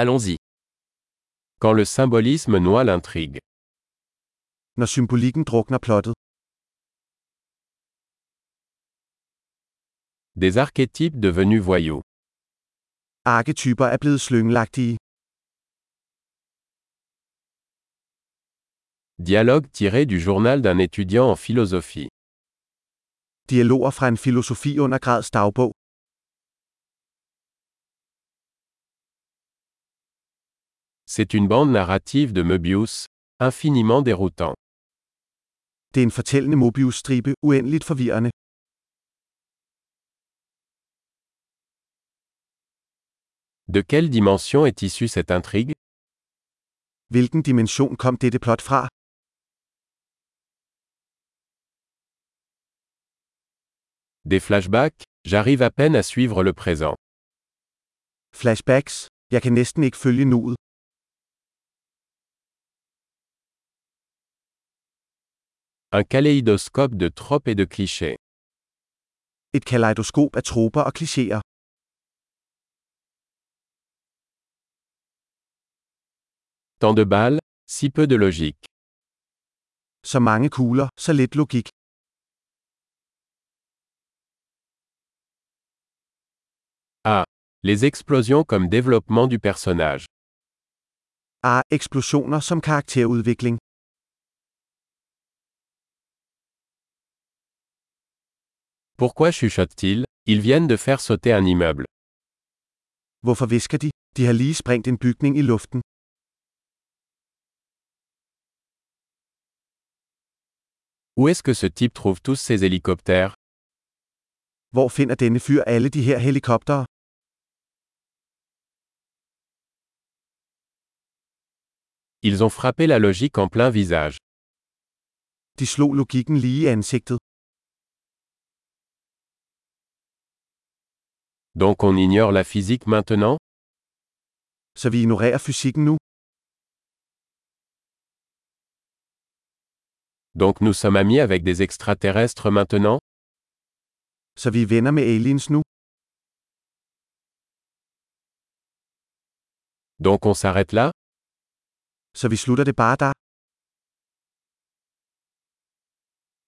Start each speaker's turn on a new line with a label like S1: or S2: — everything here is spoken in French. S1: Allons-y. Quand le symbolisme noie l'intrigue.
S2: Når symbolikken drukner plottet.
S1: Des archétypes devenus voyous.
S2: Arketyper er blevet slyngelagtige.
S1: Dialogue tiré du journal d'un étudiant en philosophie.
S2: Dialoger fra en filosofi under grads dagbog.
S1: C'est une bande narrative de Möbius, infiniment déroutant.
S2: Det er en fortællende Mobius-stribe, uendeligt forvirrende.
S1: De quelle dimension est issue cette intrigue
S2: Hvilken dimension kom dette plot fra?
S1: Des flashbacks J'arrive à peine à suivre le présent.
S2: Flashbacks. Jeg kan næsten ikke følge nuet.
S1: Un kaléidoscope de tropes et de clichés.
S2: Et kaleidoskop af troper og klichéer.
S1: Tant de balles, si peu de logique.
S2: Så mange kugler, så lidt logik.
S1: Les explosions comme développement du personnage.
S2: Ah, eksplosioner som karakterudvikling.
S1: Pourquoi chuchote-t-il Ils viennent de faire sauter un immeuble.
S2: Hvorfor visker de? De har lige sprængt en bygning i luften.
S1: Où est-ce que ce type trouve tous ses hélicoptères
S2: Hvor finder denne fyr alle de her helikoptere?
S1: Ils ont frappé la logique en plein visage.
S2: De slog logikken lige i ansigtet.
S1: Donc on ignore la physique maintenant
S2: Så vi ignorerer fysikken nu.
S1: Donc nous sommes amis avec des extraterrestres maintenant
S2: Så vi er venner med aliens nu.
S1: Donc on s'arrête là
S2: Så vi slutter det bare der.